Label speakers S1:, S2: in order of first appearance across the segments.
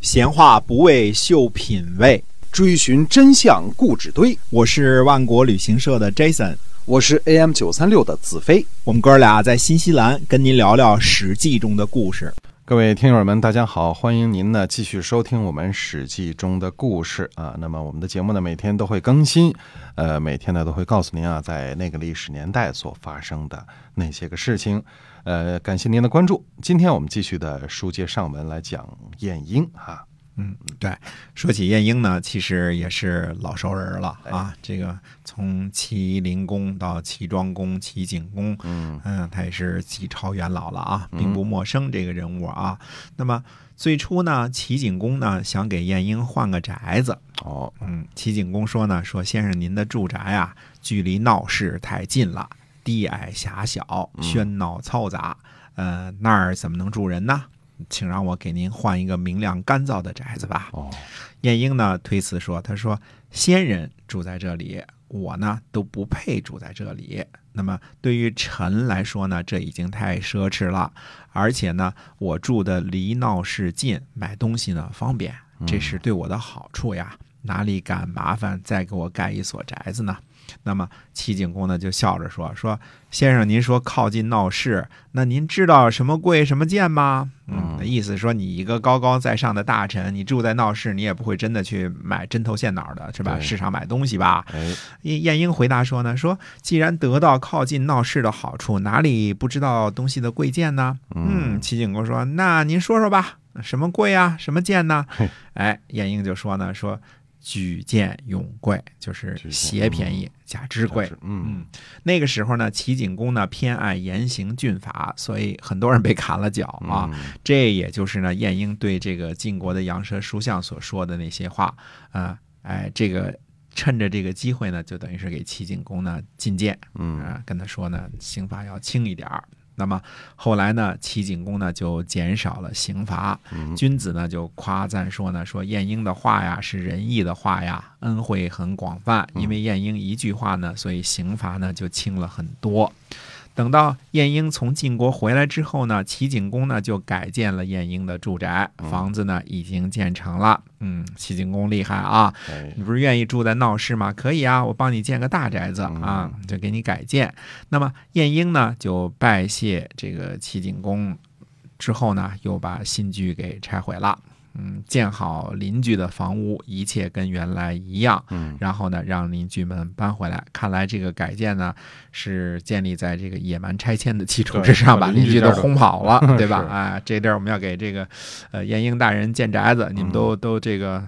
S1: 闲话不为秀品味，
S2: 追寻真相故纸堆。
S1: 我是万国旅行社的 Jason，
S2: 我是 AM 九三六的子飞。
S1: 我们哥俩在新西兰跟您聊聊《史记》中的故事。
S3: 各位听友们，大家好，欢迎您呢继续收听我们《史记》中的故事啊。那么我们的节目呢每天都会更新，呃，每天呢都会告诉您啊，在那个历史年代所发生的那些个事情。呃，感谢您的关注。今天我们继续的书接上文来讲晏婴啊。
S1: 嗯，对，说起晏婴呢，其实也是老熟人了啊。这个从齐灵公到齐庄公、齐景公，
S3: 嗯
S1: 嗯，他也是几朝元老了啊，
S2: 嗯
S1: 并不陌生这个人物啊。那么最初呢，齐景公呢想给晏婴换个宅子，
S3: 哦，
S1: 嗯，齐景公说呢，说先生您的住宅啊，距离闹市太近了，低矮狭小，喧闹嘈杂，呃，那儿怎么能住人呢？请让我给您换一个明亮干燥的宅子吧。
S3: 哦，
S1: 晏婴呢推辞说：“他说先人住在这里，我呢都不配住在这里。那么对于臣来说呢，这已经太奢侈了，而且呢，我住的离闹市近，买东西呢方便，这是对我的好处呀。哪里敢麻烦再给我盖一所宅子呢？”那么齐景公呢就笑着说：“说先生，您说靠近闹市，那您知道什么贵什么贱吗？嗯，那意思说你一个高高在上的大臣，你住在闹市，你也不会真的去买针头线脑的，是吧？
S3: 对
S1: 市场买东西吧？
S3: 哎，
S1: 晏晏婴回答说呢，说既然得到靠近闹市的好处，哪里不知道东西的贵贱呢？嗯，齐景公说，那您说说吧，什么贵啊，什么贱呢
S3: 嘿？
S1: 哎，晏婴就说呢，说举荐用贵，就是
S3: 举荐
S1: 嫌便宜假之贵。
S3: 嗯，
S1: 那个时候呢，齐景公呢偏爱严刑峻法，所以很多人被砍了脚
S3: 嗯
S1: 啊。这也就是呢，晏婴对这个晋国的羊舌叔向所说的那些话啊、哎，这个趁着这个机会呢，就等于是给齐景公呢进谏，
S3: 嗯
S1: 啊、跟他说呢，刑罚要轻一点儿。那么后来呢，齐景公呢就减少了刑罚，
S3: 嗯
S1: 君子呢就夸赞说呢，说晏婴的话呀是仁义的话呀，恩惠很广泛。因为晏婴一句话呢，所以刑罚呢就轻了很多。等到晏婴从晋国回来之后呢，齐景公呢就改建了晏婴的住宅，房子呢已经建成了。嗯，齐景公厉害啊！
S3: 哎，
S1: 你不是愿意住在闹市吗？可以啊，我帮你建个大宅子啊，就给你改建。那么晏婴呢，就拜谢这个齐景公之后呢，又把新居给拆毁了。嗯，建好邻居的房屋，一切跟原来一样。
S3: 嗯，
S1: 然后呢，让邻居们搬回来。看来这个改建呢，是建立在这个野蛮拆迁的基础之
S3: 对
S1: 上，
S3: 把
S1: 把
S3: 邻
S1: 邻
S3: 居
S1: 居都
S3: 这儿的
S1: 轰跑 了，对吧？
S3: 是
S1: 啊，这地儿我们要给这个呃晏婴大人建宅子，你们
S3: 嗯
S1: 都、都这个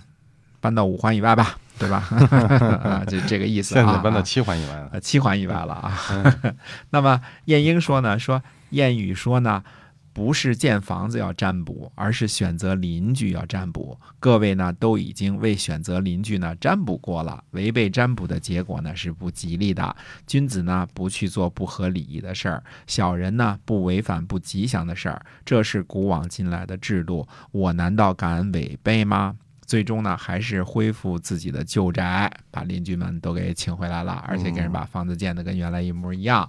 S1: 搬到五环以外吧，对 吧？ 啊，这这个意思啊。
S3: 现在搬到
S1: 啊
S3: 七环以外了。
S1: 呃七环以外了啊。 那么晏婴说呢，说谚语说呢，不是建房子要占卜，而是选择邻居要占卜。各位呢都已经为选择邻居呢占卜过了，违背占卜的结果呢是不吉利的。君子呢不去做不合礼仪的事儿，小人呢不违反不吉祥的事儿，这是古往今来的制度。我难道敢违背吗？最终呢，还是恢复自己的旧宅，把邻居们都给请回来了，而且给人把房子建得跟原来一模一样。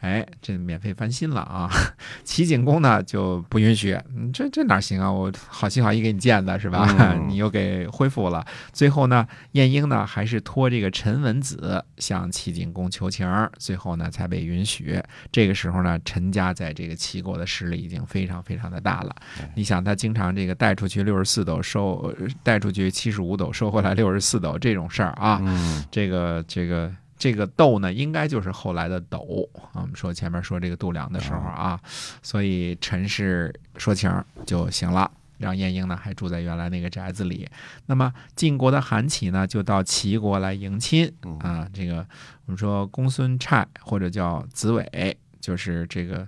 S1: 哎，这免费翻新了啊！ 齐景公呢就不允许，嗯这这哪行啊？我好心好意给你建的是吧？
S3: 嗯
S1: 你又给恢复了。最后呢，晏婴呢还是托这个陈文子向齐景公求情儿，最后呢才被允许。这个时候呢，陈家在这个齐国的势力已经非常非常的大了。你想，他经常这个带出去六十四斗收，呃带出去七十五斗收回来六十四斗这种事儿啊，
S3: 嗯，
S1: 这个这个这个斗呢，应该就是后来的斗啊。我们说前面说这个度量的时候啊，所以陈氏说情儿就行了。让晏婴呢还住在原来那个宅子里，那么晋国的韩起呢就到齐国来迎亲
S3: 嗯
S1: 啊。这个我们说公孙瓒或者叫子伟，就是这个，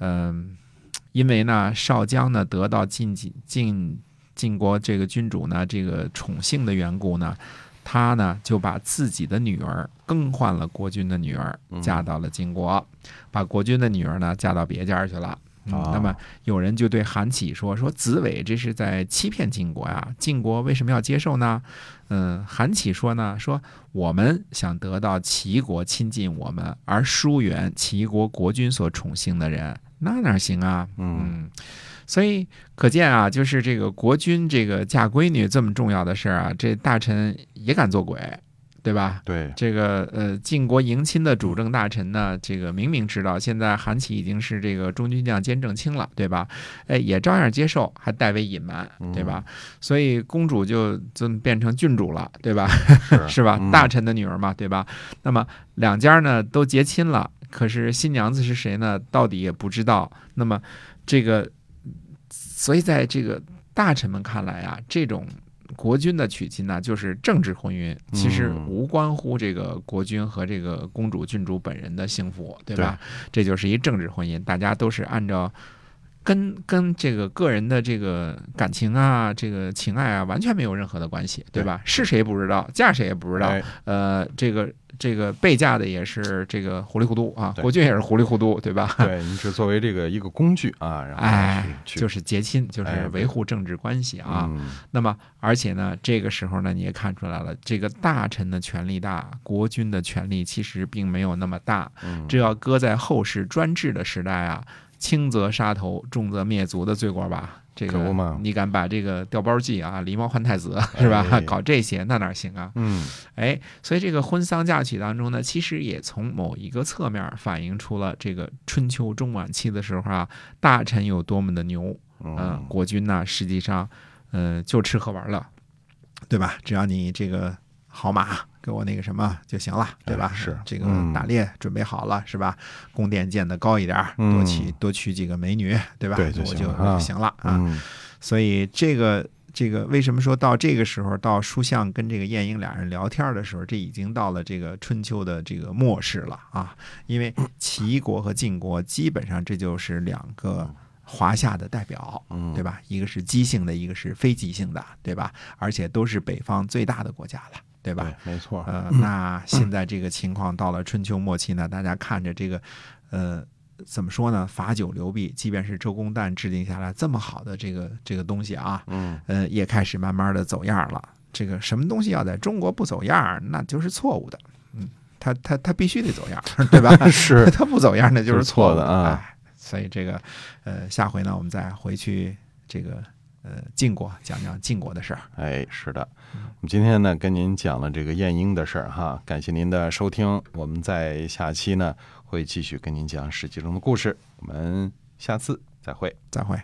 S1: 嗯、因为呢少江呢得到晋晋晋晋国这个君主呢这个宠幸的缘故呢，他呢就把自己的女儿更换了国君的女儿，嫁到了晋国，把国君的女儿呢嫁到别家去了。嗯
S3: 哦
S1: 那么有人就对韩起说：“说子伟这是在欺骗晋国呀，晋国为什么要接受呢？”嗯，韩起说呢：“说我们想得到齐国亲近我们，而疏远齐国国君所宠幸的人，那哪行啊？”嗯，所以可见啊，就是这个国君这个嫁闺女这么重要的事儿啊，这大臣也敢做鬼，对吧？
S3: 对，
S1: 这个呃，晋国迎亲的主政大臣呢，这个明明知道现在韩起已经是这个中军将兼正卿了，对吧？哎，也照样接受，还代为隐瞒，对吧？所以公主就就变成郡主了，对吧？
S3: 是
S1: 是吧
S3: 嗯？
S1: 大臣的女儿嘛，对吧？那么两家呢都结亲了，可是新娘子是谁呢？到底也不知道。那么这个，所以在这个大臣们看来啊，这种国君的娶亲呢，就是政治婚姻，其实
S3: 嗯
S1: 无关乎这个国君和这个公主郡主本人的幸福，对吧？这就是一政治婚姻，大家都是按照。跟跟这个个人的这个感情啊，这个情爱啊，完全没有任何的关系，对吧？是谁不知道，嫁谁也不知道，
S3: 哎
S1: 呃，这个这个被嫁的也是这个糊里糊涂啊，
S3: 对
S1: 国君也是糊里糊涂，对吧？
S3: 对，你只作为这个一个工具啊，然后
S1: 哎，
S3: 去
S1: 就是结亲，就
S3: 哎
S1: 是维护政治关系啊。
S3: 嗯
S1: 那么，而且呢，这个时候呢，你也看出来了，这个大臣的权力大，国君的权力其实并没有那么大。
S3: 嗯
S1: 这要搁在后世专制的时代啊，轻则杀头，重则灭族的罪过吧。这
S3: 可不嘛
S1: 个你敢把这个调包计啊、狸猫换太子是吧？
S3: 哎
S1: 搞这些那哪行啊？
S3: 嗯
S1: 哎，所以这个婚丧嫁娶当中呢，其实也从某一个侧面反映出了这个春秋中晚期的时候啊，大臣有多么的牛，嗯、
S3: 嗯
S1: 国君呢实际上，呃，就吃喝玩乐，对吧？只要你这个好马给我那个什么就行了，对吧？
S3: 哎是
S1: 这个
S3: 嗯
S1: 打猎准备好了，是吧？宫殿建得高一点儿，多娶
S3: 嗯
S1: 多娶几个美女，对吧？
S3: 对就
S1: 我
S3: 行
S1: 就
S3: 了
S1: 我
S3: 啊
S1: 就行了啊。
S3: 嗯
S1: 所以这个这个为什么说到这个时候，到书相跟这个晏婴俩人聊天的时候，这已经到了这个春秋的这个末世了啊？因为齐国和晋国基本上这就是两个华夏的代表，
S3: 嗯
S1: 对吧？一个是姬姓的，一个是非姬姓的，对吧？而且都是北方最大的国家了，对吧？
S3: 对，没错，
S1: 呃，
S3: 嗯
S1: 那现在这个情况到了春秋末期呢，大家看着这个，呃，怎么说呢？罚酒流弊，即便是周公旦制定下来这么好的这个这个东西啊，
S3: 嗯
S1: 呃，也开始慢慢的走样了。这个什么东西要在中国不走样儿，那就是错误的。嗯，他他他必须得走样儿，对吧？
S3: 是
S1: 他不走样儿那就是错误
S3: 就是错的啊
S1: 哎所以这个，呃，下回呢，我们再回去这个呃晋国讲讲晋国的事儿。
S3: 哎，是的，我们今天呢跟您讲了这个晏婴的事儿哈，感谢您的收听，我们在下期呢会继续跟您讲《史记》中的故事，我们下次再会。
S1: 再会。